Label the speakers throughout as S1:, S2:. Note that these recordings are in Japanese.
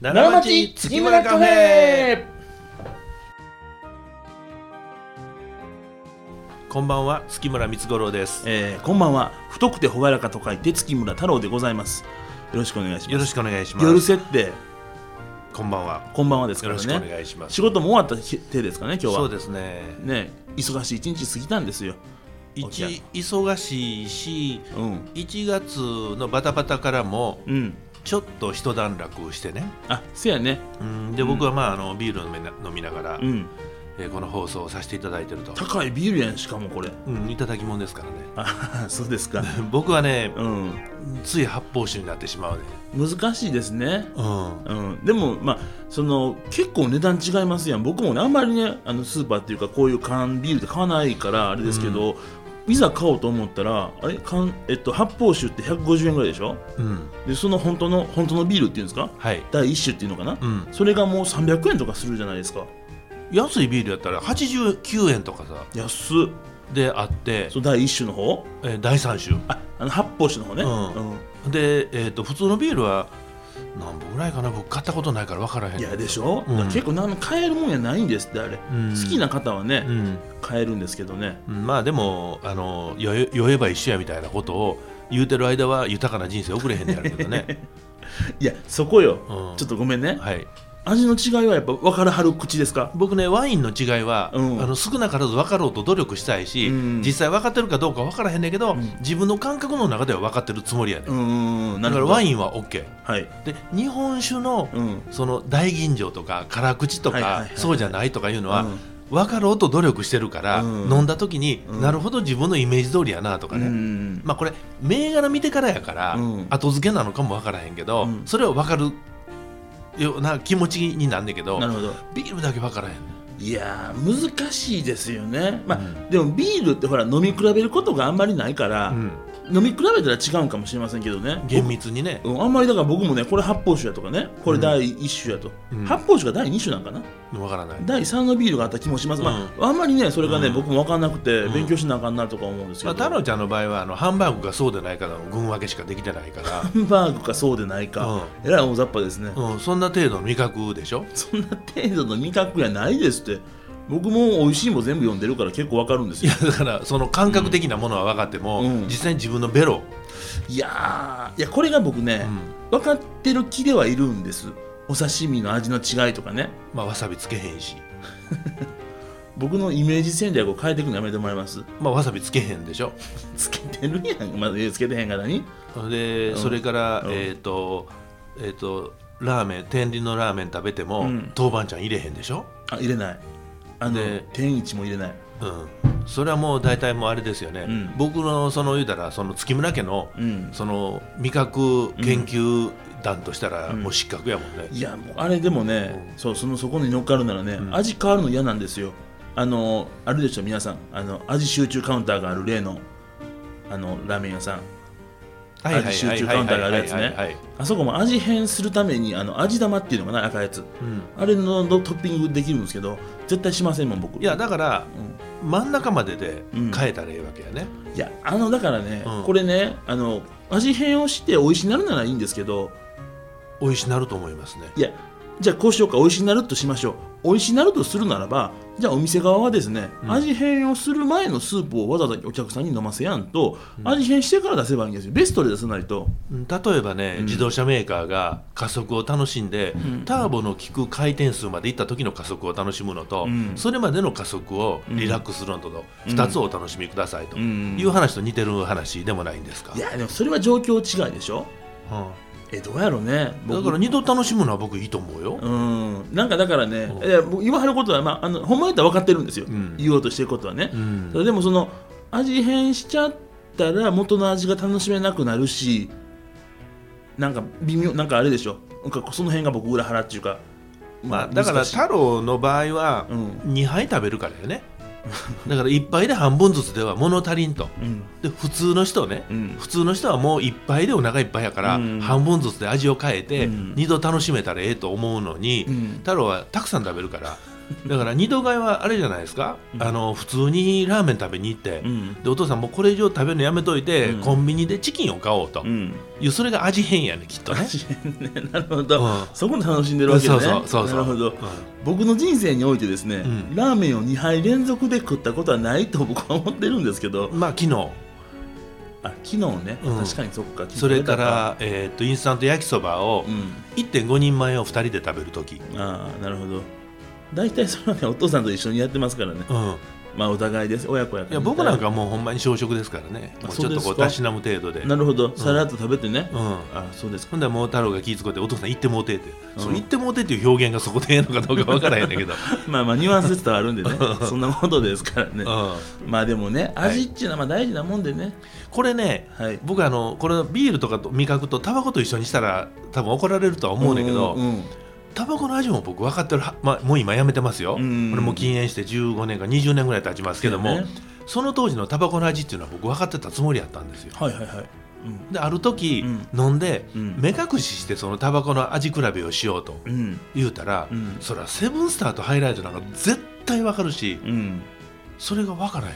S1: 奈良町月村カフェこんばんは月村光五郎です
S2: えーこんばんは太くて朗らかと書いて月村太郎でございますよろしくお願いします
S1: よろしくお願いします
S2: 夜設定
S1: こんばんは
S2: こんばんはですか
S1: よ
S2: ら
S1: ろ
S2: ね
S1: しくお願いします
S2: 仕事も終わった手ですかね今日は
S1: そうですね
S2: ね忙しい一日過ぎたんですよ
S1: 一忙しいし
S2: うん
S1: 1月のバタバタからも
S2: うん
S1: ちょっと一段落してね
S2: あせやね
S1: うんで僕はまああのビールを飲みな飲みながら、
S2: うん
S1: えーこの放送をさせていただいてると、
S2: 高いビールやんしかもこれ
S1: うん、いただきもんですからね
S2: あそうですか
S1: 僕はね
S2: うん
S1: つい発泡酒になってしまうね
S2: 難しいですね
S1: うん
S2: うん、でもまあその結構値段違いますやん僕もねあんまりねあのスーパーっていうかこういう缶ビールって買わないからあれですけど、いざ買おうと思ったらあれ缶、えっと、発泡酒って150円ぐらいでしょ
S1: うん
S2: でその本当の本当のビールっていうんですか
S1: はい
S2: 第1種っていうのかな、
S1: うん
S2: それがもう300円とかするじゃないですか
S1: 安いビールやったら89円とかさ
S2: 安っ
S1: であって、
S2: そう第1種の方
S1: えー第3種
S2: ああの発泡酒の方ね、
S1: うんで、えー、と普通のビールは何本ぐらいかな僕買ったことないから分からへん
S2: いやでしょ、
S1: うん
S2: だから結構なん買えるもんやないんですってあれ、
S1: うん
S2: 好きな方はね、
S1: うん
S2: 買えるんですけどね
S1: うんまあでもあの酔え酔えば一緒やみたいなことを言うてる間は豊かな人生送れへんねやるけど ね、
S2: いやそこよ、
S1: うん
S2: ちょっとごめんね、
S1: はい、
S2: 味の違いはやっぱ分からはる口ですか
S1: 僕ねワインの違いは、
S2: うん
S1: あの少なからず分かろうと努力したいし、
S2: うん
S1: 実際分かってるかどうか分からへんねんけど、
S2: うん
S1: 自分の感覚の中では分かってるつもりやね、、
S2: うんんうん
S1: だからワインは OK
S2: はい
S1: で日本酒の、
S2: うん
S1: その大吟醸とか辛口とか、
S2: はいはいはい
S1: そうじゃないとかいうのは、
S2: うん
S1: 分かろうと努力してるから、
S2: うん
S1: 飲んだ時に、
S2: うん
S1: なるほど自分のイメージ通りやなとか
S2: うん
S1: ね、
S2: うん
S1: まあこれ銘柄見てからやから、
S2: うん
S1: 後付けなのかも分からへんけど、
S2: うん
S1: それを分かるような気持ちになんだけど
S2: なるほど
S1: ビールだけ分からへんね
S2: いやー難しいですよねまあ、
S1: うん
S2: でもビールってほら飲み比べることがあんまりないから、飲み比べたら違うんかもしれませんけどね
S1: 厳密にね、
S2: 僕うんあんまりだから僕もねこれ発泡酒やとかねこれ第1種やと、
S1: うん
S2: 発泡酒が第2種なんかな
S1: 分からない、
S2: 第3のビールがあった気もします、まあ、あんまりねそれがね、
S1: うん
S2: 僕も分かんなくて
S1: うん
S2: 勉強しなあかんなとか思うんですけ
S1: まあ、
S2: ど、
S1: 太郎ちゃんの場合はあのハンバーグがそうでないかの群分けしかできてない か
S2: ハンバーグかそうでないか、えらい大雑把ですね、
S1: ら、うん、そんな程度の味覚でしょ
S2: そんな程度の味覚やないですって僕も美味しいも全部読んでるから結構わかるんです
S1: い
S2: よ
S1: やだからその感覚的なものは分かっても、
S2: うん
S1: 実際に自分のベロ、
S2: いやーいやこれが僕ね、分かってる気ではいるんですお刺身の味の違いとかね
S1: まあ、わさびつけへんし、
S2: 僕のイメージ戦略を変えていくのやめてもらいます
S1: まあ、わさびつけへんでしょ
S2: つけてるやんまだつけてへんからに
S1: で、
S2: うん
S1: それから、
S2: うん
S1: えっ、とえっ、とラーメン天輪のラーメン食べても、
S2: うん
S1: 豆板醤入れへんでしょ、
S2: あ入れないあの
S1: で
S2: 天一も入れない
S1: うん、それはもう大体もうあれですよね、
S2: うん
S1: 僕のその言うたらその月村家の
S2: うん
S1: その味覚研究団としたら
S2: うん
S1: もう失格やもんね、
S2: いやもうあれでもね、そうそのそこに乗っかるならね、
S1: ん
S2: 味変わるの嫌なんですよあのあれでしょ皆さんあの味集中カウンターがある例のあのラーメン屋さん
S1: はいはいはいはい
S2: 集中カウンターがあるやつ
S1: はいはいはい
S2: ねあそこも味変するためにあの味玉っていうのかな赤いやつ
S1: うん
S2: あれののトッピングできるんですけど絶対しませんもん僕
S1: いやだから、真ん中までで
S2: うん
S1: 変えたらええわけやね、
S2: いやあのだからね、
S1: うん
S2: これねあの味変をして美味しになるならいいんですけど
S1: 美味しなると思いますね
S2: いやじゃあこうしようか美味しになるとしましょう美味しになるとするならばじゃあお店側はですね、
S1: うん
S2: 味変をする前のスープをわざわざお客さんに飲ませやんと、味変してから出せばいいんですよベストで出さないと
S1: うん例えばね、
S2: うん
S1: 自動車メーカーが加速を楽しんで、
S2: ん
S1: ターボの効く回転数までいった時の加速を楽しむのと、
S2: うん
S1: それまでの加速をリラックスするのと
S2: うん
S1: 2つをお楽しみくださいと
S2: うん
S1: いう話と似てる話でもないんですか、
S2: いやでもそれは状況違いでしょ
S1: う
S2: えどうやろうね
S1: んだ
S2: 僕
S1: から二度楽しむのは僕いいと思うよ、
S2: うんなんかだからね、
S1: うん
S2: いや僕言わはることは、まあ、あのほんまやったら分かってるんですよ、
S1: うん
S2: 言おうとしてることはね
S1: う、ん
S2: ただでもその味変しちゃったら元の味が楽しめなくなるしなんか微妙なんかあれでしょなんかその辺が僕裏腹っていうか
S1: まあ、だから
S2: 難しい
S1: 太郎の場合は
S2: うん
S1: 2杯食べるからよねだから1杯で半分ずつでは物足りんと
S2: うん
S1: で普通の人ね、
S2: うん
S1: 普通の人はもういっぱいでお腹いっぱいやから、
S2: うん
S1: 半分ずつで味を変えて、
S2: うん
S1: 二度楽しめたらええと思うのに、
S2: うん
S1: 太郎はたくさん食べるからだから二度買いはあれじゃないですか、
S2: うん
S1: あの普通にラーメン食べに行って、
S2: うん
S1: でお父さんもうこれ以上食べるのやめといて、
S2: うん
S1: コンビニでチキンを買おうと、
S2: うん
S1: いうそれが味変やねきっと ね。
S2: なるほど、
S1: うん
S2: そこも楽しんでるわけ
S1: そう
S2: ね
S1: そうそうそう
S2: なるほど、
S1: う
S2: 僕の人生においてですね、
S1: うん
S2: ラーメンを2杯連続で食ったことはないと僕は思ってるんですけど
S1: んまあ昨日
S2: あ昨日ね、
S1: うん
S2: 確かにそっか昨日
S1: それか
S2: よっ
S1: ら、えーっとインスタント焼きそばを
S2: たうん
S1: 1.5人前を2人で食べる時、
S2: ああなるほど大体それはねお父さんと一緒にやってますからね
S1: うん、
S2: まあお互いです親子やか
S1: い
S2: ら
S1: や僕なんかもうほんまに小食ですからね
S2: あ
S1: もうちょっとこ
S2: そううですか
S1: たしなむ程度で、うん、
S2: なるほどさらっと食べてね、
S1: ほ
S2: あそうですか
S1: んだらもう太郎が気ぃ使って「お父さん行ってもうて」って、
S2: うん
S1: その「行ってもうて」っていう表現がそこでええのかどうか分からへんだけ ど、
S2: まあまあニュアンス伝わるんでねそんなことですからね
S1: うん、
S2: まあでもね味っていうのはまあ大事なもんでね
S1: これね
S2: はい
S1: 僕あのこれビールとかと味覚とタバコと一緒にしたら多分怒られるとは思うんだけど、
S2: うんうん
S1: タバコの味も僕分かってるは、まあ、もう今やめてますよ、
S2: うん
S1: これもう禁煙して15年か20年ぐらい経ちますけども、
S2: そうね
S1: その当時のタバコの味っていうのは僕分かってたつもりやったんですよ
S2: はいはいはい、
S1: である時、
S2: う
S1: 飲んで、
S2: うん
S1: 目隠ししてそのタバコの味比べをしようと
S2: うんうん
S1: 言うたら、
S2: うん
S1: そりゃセブンスターとハイライトなんか絶対分かるし
S2: うん
S1: それが分からへん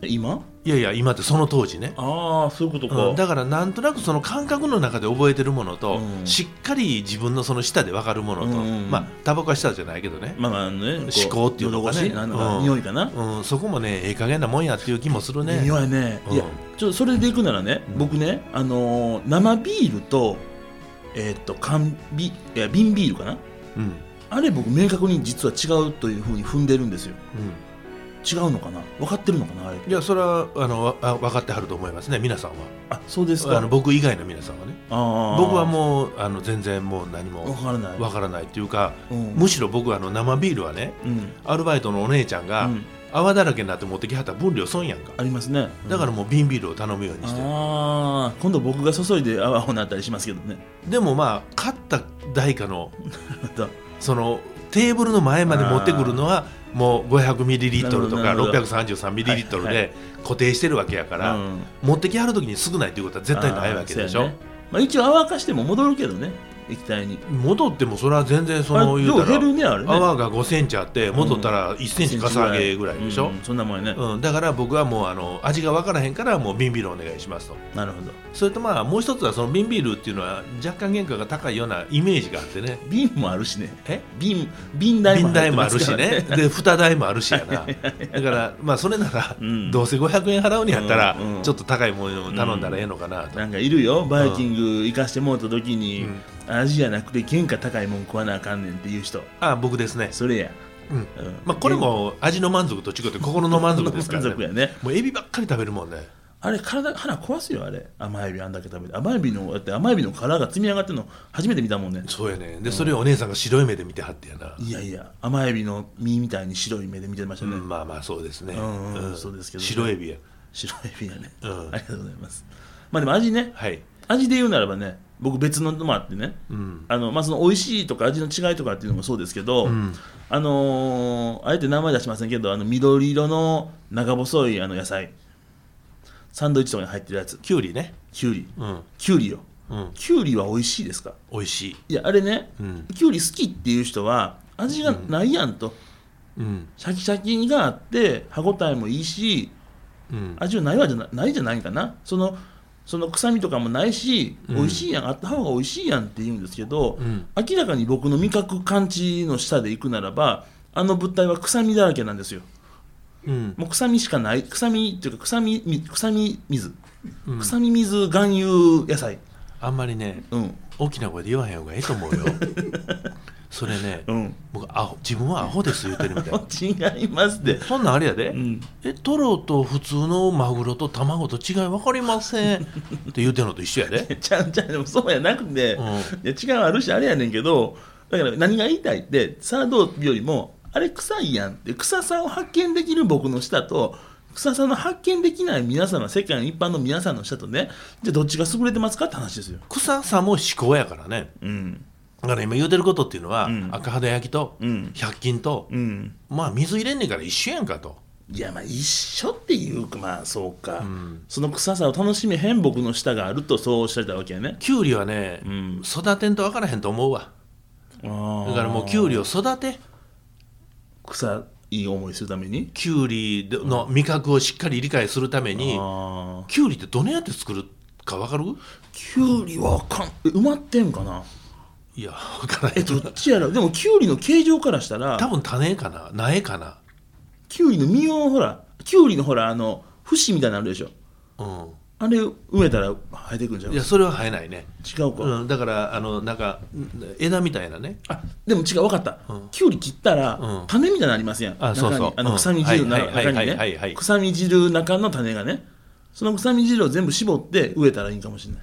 S1: ねん
S2: 今
S1: いやいや今ってその当時ね、
S2: ああそういうことか、
S1: うんだからなんとなくその感覚の中で覚えてるものと、
S2: うん
S1: しっかり自分のその舌で分かるものと、
S2: うん
S1: まあタバコは舌じゃないけどね、
S2: まあまあねこ
S1: 思考っていうのかね
S2: 喉越しなんだか、
S1: うん
S2: 匂いかな、
S1: うん、そこもねええ加減なもんやっていう気もするね
S2: 匂いね、
S1: うん
S2: いやちょっとそれでいくならね、
S1: うん
S2: 僕ねあのー生ビールとえーっと缶ビいや瓶ビールかな
S1: うんうん
S2: あれ僕明確に実は違うというふうに踏んでるんですよ違うのかな分かってるのかなあれ
S1: いやそれはあのわあ分かってはると思いますね皆さんは
S2: あそうですか
S1: あの僕以外の皆さんはね
S2: あー
S1: 僕はもうあの全然もう何
S2: 分
S1: も
S2: からない
S1: 分からないっていうか
S2: うん
S1: むしろ僕はあの生ビールはね
S2: うん
S1: アルバイトのお姉ちゃんが
S2: うん
S1: 泡だらけになって持ってきはったら分量損やんか
S2: ありますね
S1: だからもう瓶ビールを頼むようにして
S2: ああ今度僕が注いで泡をなったりしますけどね
S1: でもまあ買った代価の
S2: また
S1: そのテーブルの前まで持ってくるのはもう500ミリリットルと
S2: な
S1: か
S2: るほどなる
S1: 633ミリリットル
S2: はいは
S1: で固定してるわけやから、
S2: うん
S1: 持ってきはる時に少ないということは絶対ないわけでし
S2: あ
S1: ょ、
S2: ーそうやねまあ、一応泡化しても戻るけどね液体に
S1: 戻ってもそれは全然そ
S2: あ
S1: の
S2: れ
S1: 言
S2: 量
S1: うた
S2: 減
S1: ら
S2: るねあれね
S1: 泡が5センチあって戻ったら1センチかさ上げぐらいでしょ、う
S2: うんんそんなもんやね、
S1: だから僕はもうあの味が分からへんからもう瓶ビールお願いしますと
S2: なるほど
S1: それとまあもう一つはその瓶ビールっていうのは若干原価が高いようなイメージがあってね
S2: 瓶もあるしね
S1: え
S2: 瓶瓶代も
S1: 瓶
S2: 入
S1: 代
S2: って
S1: もあ
S2: ま
S1: る
S2: す
S1: し
S2: から
S1: ね で蓋代もあるしや なだからまあそれなら、
S2: うん
S1: どうせ500円払うにやったら、
S2: うんうん
S1: ちょっと高いものを頼んだらええのかなと、
S2: なんかいるよバイキング行かしてもうた時に、
S1: うん
S2: 味じゃなくて原価高いもん食わなあかんねんっていう人
S1: あ僕ですね、
S2: それや、
S1: うん
S2: うん
S1: まあ、これも味の満足と違って心の満足ですから、
S2: 満足
S1: ね、
S2: やね
S1: もうエビばっかり食べるもんね
S2: あれ体腹壊すよあれ甘エビあんだけ食べて甘エビのだって甘エビの殻が積み上がってるの初めて見たもんね
S1: そうやねでそれをお姉さんが白い目で見てはってやな、
S2: いやいや甘エビの身みたいに白い目で見てました
S1: うん
S2: ね、
S1: まあまあそうですね、
S2: うんうんそうですけどね
S1: 白エビや
S2: 白エビやね、
S1: うん
S2: ありがとうございますまあでも味ね
S1: はい
S2: 味で言うならばね僕別ののもあってね、
S1: うん
S2: あのまあ、その美味しいとか味の違いとかっていうのもそうですけど、
S1: ん
S2: あのーあえて名前出しませんけどあの緑色の長細いあの野菜サンドイッチとかに入ってるやつ
S1: きゅうりね
S2: きゅうり
S1: うん
S2: きゅうりよ
S1: うん
S2: きゅうりは美味しいですか
S1: 美味しい
S2: いやあれね、
S1: うん
S2: きゅうり好きっていう人は味がないやんと、
S1: うん
S2: シャキシャキがあって歯ごたえもいいし
S1: うん
S2: 味はないわじゃなないじゃないかなそのその臭みとかもないし、
S1: うん
S2: 美味しいやんあった方が美味しいやんって言うんですけど、
S1: うん
S2: 明らかに僕の味覚感知の下でいくならばあの物体は臭みだらけなんですよ
S1: うん
S2: もう臭みしかない臭みっていうか臭みみ臭み水、
S1: うん
S2: 臭み水含有野菜
S1: あんまりね
S2: うん
S1: 大きな声で言わへん方がええと思う よそれね、
S2: うん
S1: 僕アホ自分はアホです言うてるみたいな
S2: 違いますって
S1: そんなんあれやで、
S2: うん
S1: えトロと普通のマグロと卵と違い分かりませんって言うてんのと一緒やで、
S2: ちゃうちゃうでもそうやなくて、
S1: うん
S2: いや違うあるしあれやねんけどだから何が言いたいってサードよりもあれ臭いやんって臭さを発見できる僕の舌と臭さの発見できない皆様世界の一般の皆さんの舌とねじゃあどっちが優れてますかって話ですよ。
S1: 臭さも思考やからね
S2: うん
S1: だから今言うてることっていうのは、
S2: うん
S1: 赤肌焼きと、
S2: うん
S1: 百均と、
S2: うん、
S1: まあ水入れんねんから一緒やんかと、
S2: いやまあ一緒っていうかまあそうか、
S1: ん
S2: その臭さを楽しめへん僕の舌があるとそうおっしゃったわけやね。
S1: きゅうりはね、
S2: うん
S1: 育てんと分からへんと思うわだ
S2: だ
S1: からもうきゅうりを育て
S2: 臭い思いするために
S1: きゅうりの味覚をしっかり理解するために
S2: ああ
S1: きゅうりってどのやって作るか分かる
S2: きゅうりはあかんえ埋まってんかない
S1: や分からな
S2: え
S1: い
S2: どっちやろでもきゅうりの形状からしたら
S1: 多分種かな苗かな
S2: きゅうりの実をほらきゅうりのほらあの節みたいなのあるでしょ
S1: うん
S2: あれ埋めたら生えてくんじゃん
S1: い
S2: 違
S1: やそれは生えないね、
S2: うか、
S1: うん、だからあのなんかん枝みたいなね
S2: あでも違う分かった、
S1: うん
S2: きゅうり切ったら、
S1: うん
S2: 種みたいなのありますやん
S1: あそうそう
S2: 中にあの
S1: うん
S2: 臭み汁の
S1: はいはい
S2: 中に
S1: はいはいは
S2: ね
S1: い
S2: 臭み汁中の種がねその臭み汁を全部絞って植えたらいいかもしれない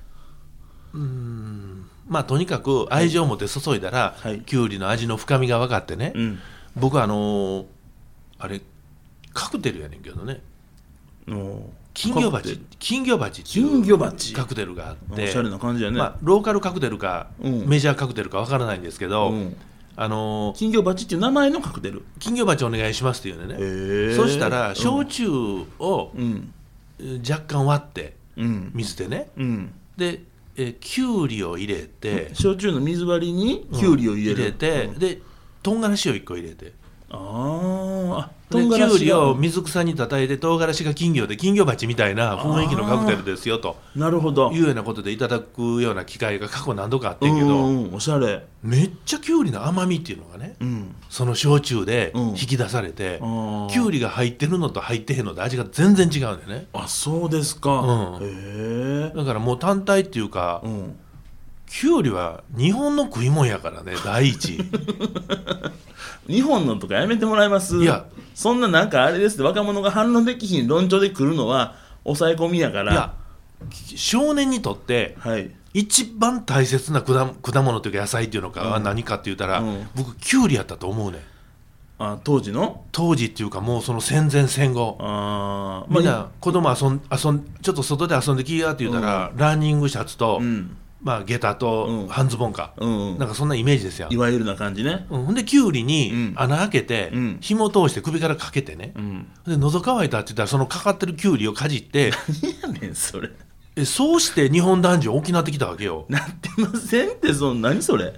S1: まあとにかく愛情を持って注いだら、
S2: はい
S1: きゅうりの味の深みが分かってね、
S2: うん
S1: 僕はあのーあれカクテルやねんけどね
S2: おー
S1: 金魚
S2: カクテ
S1: 鉢
S2: ル
S1: 金魚鉢っていう
S2: 金魚鉢
S1: カクテルがあっ
S2: お
S1: て
S2: しゃれな感じやね、
S1: まあ、ローカルカクテルか、
S2: うん
S1: メジャーカクテルかわからないんですけど、
S2: うん
S1: あのー
S2: 金魚鉢っていう名前のカクテル
S1: 金魚鉢お願いしますっていうね、
S2: へえ
S1: そしたら焼酎を
S2: うん
S1: 若干割って
S2: うん
S1: 水でね
S2: うん
S1: でえーきゅうりを入れて、
S2: 焼酎の水割りにきゅうりを入れる、
S1: て、でとんがらしを1個入れて
S2: あーあ
S1: できゅ
S2: が
S1: うりを水草に叩いて唐辛子が金魚で金魚鉢みたいな雰囲気のカクテルですよと
S2: なるほど
S1: いうようなことでいただくような機会が過去何度かあってんけ
S2: う
S1: ど
S2: んうんおしゃれ
S1: めっちゃきゅうりの甘みっていうのがね
S2: うん
S1: その焼酎で
S2: うん
S1: 引き出されて
S2: あー
S1: きゅうりが入ってるのと入ってへんのと味が全然違うんだよね
S2: あそうですか、
S1: うん
S2: へえ、
S1: だからもう単体っていうか
S2: うん、
S1: きゅうりは日本の食い物やからね第 一
S2: 日本のとかやめてもらいます
S1: いや
S2: そんななんかあれですって若者が反論できひん論調で来るのは抑え込みやか
S1: い
S2: ら
S1: や少年にとって
S2: はい
S1: 一番大切な果果物というか野菜っていうのかは何かって言ったら、
S2: うん
S1: 僕きゅうりやったと思うねん
S2: あ当時の
S1: 当時っていうかもうその戦前戦後
S2: あー
S1: みんな子供遊ん遊んちょっと外で遊んできやって言ったら、ランニングシャツと、
S2: うん
S1: まあ下駄
S2: うん
S1: と半ズボンか、
S2: うん
S1: なんかそんなイメージですよ
S2: いわゆるな感じね
S1: うんほんできゅうり
S2: うん
S1: に穴開けて、
S2: うん
S1: 紐通して首からかけてね
S2: う、ん
S1: で喉乾いたって言ったらそのかかってるきゅうりをかじ って
S2: いやねんそれ
S1: えそうして日本男女を補ってきたわけよ
S2: なってませんってその何それ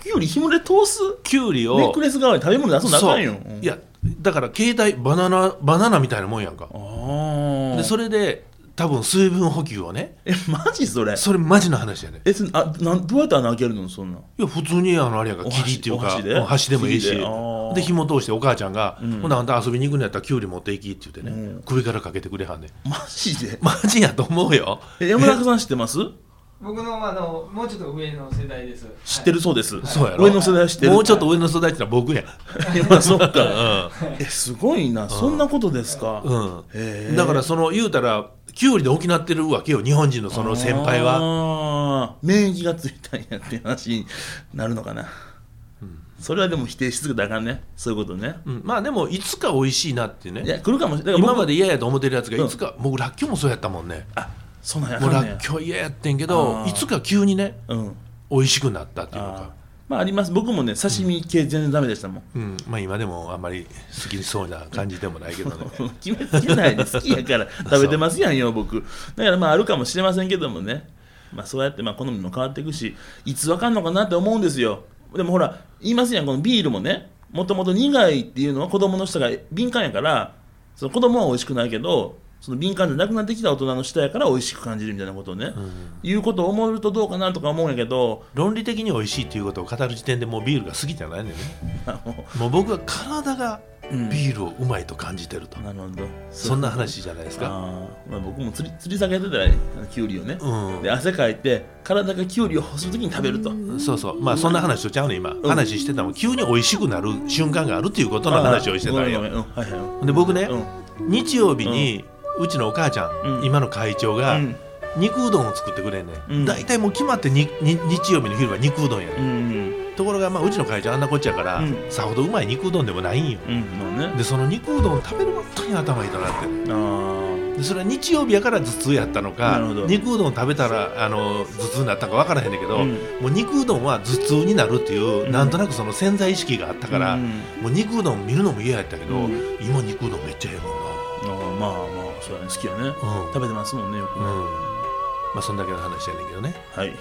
S2: きゅうり紐で通す
S1: きゅうりを
S2: ネックレス代わりに食べ物出すのあかんよ
S1: そう
S2: うん
S1: いやだから携帯バナナバナナみたいなもんやんか
S2: あー
S1: でそれで多分水分補給をね
S2: えマジそれ
S1: それマジの話やね
S2: えそあなんどうやって穴開けるのそんなん
S1: いや普通にあのあれやんか
S2: お箸
S1: 切りっていう
S2: お
S1: か
S2: 箸で
S1: お箸でもいいし
S2: 切りであー
S1: で紐通してお母ちゃんが「
S2: うん
S1: ほなあんた遊びに行くんやったらきゅうり持って行き」って言ってね、
S2: うん
S1: 首からかけてくれはんねん
S2: マジで
S1: マジやと思うよ
S2: え山中さん知ってます
S3: 僕のあのもうちょっと上の世代です
S2: 知って
S3: る
S2: るそうです。
S1: そうやろ
S2: 俺の世代は知ってる。
S1: もうちょっと上の世代ってのは僕や、
S2: いや。まあ、そっか。
S1: う
S2: え、すごいな。そんなことですか。
S1: んうん
S2: へえ
S1: だからその言うたらきゅうりで補ってるわけよ日本人のその先輩は
S2: は。免疫がついたんやっていう話になるのかな。それはでも否定しすぎたらあかんね。そういうことね。
S1: うん、まあでもいつか美味しいなってね
S2: いや、来るかもしれない。
S1: 今まで
S2: で。
S1: 嫌やと思ってるやつが
S2: うん
S1: いつか、僕らっきょうもそうやったもんね
S2: あ、そうなんや。
S1: もう
S2: あ
S1: ら
S2: かんねや
S1: っきょう嫌やってんけ
S2: あ
S1: ど
S2: ー
S1: いつか急にね
S2: うん。
S1: 美味しくなったっていうの
S2: あ
S1: か
S2: ーまあ、あります。僕もね、刺身系全然ダメでしたもん。
S1: うん、まあ今でもあんまり好きそうな感じでもないけ どね
S2: 決めつけないで好きやから食べてますやんよ僕だからまああるかもしれませんけどもね、まあ、そうやってまあ好みも変わっていくしいつわかんのかなって思うんですよでもほら言いますやんこのビールもねもともと苦いっていうのは子供の人が敏感やからその子供は美味しくないけどその敏感じゃなくなってきた大人の人やから美味しく感じるみたいなことをね、いうことを思うとどうかなとか思うんやけど
S1: 論理的に美味しいっていうことを語る時点でもうビールが好きじゃないんだよね
S2: あの
S1: もう僕は体が
S2: うん
S1: ビールをうまいと感じてると、
S2: なるほど
S1: そんな話じゃないですか
S2: あーまあ、僕も釣り釣り下げてたらあのキュウリをね、
S1: うん
S2: で汗かいて体がキュウリを干すときに食べると、
S1: そうそうまあそんな話とちゃうね今、話してたの急に美味しくなる瞬間があるっていうことの話をしてたんよ
S2: ごめんごめんうんはいはい
S1: で僕ね、
S2: うん
S1: 日曜日に、うちのお母ちゃん、
S2: うん
S1: 今の会長
S2: う
S1: が、
S2: ん
S1: 肉うどんを作ってくれんね、
S2: うん
S1: ん大体もう決まってにに日曜日の昼は肉うどんやね、
S2: うん
S1: ところが、まあ、うちの会長あんなこっちゃから、
S2: うん
S1: さほどうまい肉うどんでもないんよ
S2: うんまあね
S1: でその肉うどん食べるばっかりに頭痛なって
S2: あー
S1: でそれは日曜日やから頭痛やったの
S2: な
S1: か
S2: るほど
S1: 肉うどん食べたらあの頭痛になったか分からへんねんけど、
S2: うん
S1: もう肉うどんは頭痛になるっていう、
S2: うん
S1: なんとなくその潜在意識があったから、
S2: うん
S1: もう肉うどん見るのも嫌やったけど、
S2: うん
S1: 今肉うどんめっちゃええもんな
S2: あーまあまあそうやね好きやね
S1: うん
S2: 食べてますもんねよく
S1: う
S2: ね、
S1: んまあそんだけの話やねんけどね、
S2: はい、
S1: うん、
S2: ま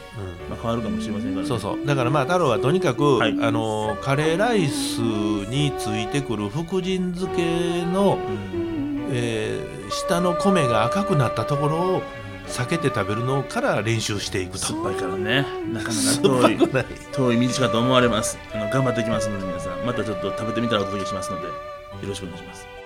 S2: あ、変わるかもしれませんから、ね、
S1: そうそうだからまあ太郎はとにかく、
S2: はい
S1: あのカレーライスについてくる福神漬けの、
S2: うん
S1: えー下の米が赤くなったところを避けて食べるのから練習していくと
S2: 酸っぱいからねなか
S1: 酸
S2: な
S1: っぱ
S2: か遠い
S1: くない
S2: 遠い道かと思われますあの頑張っていきますので皆さんまたちょっと食べてみたらお届けしますのでよろしくお願いします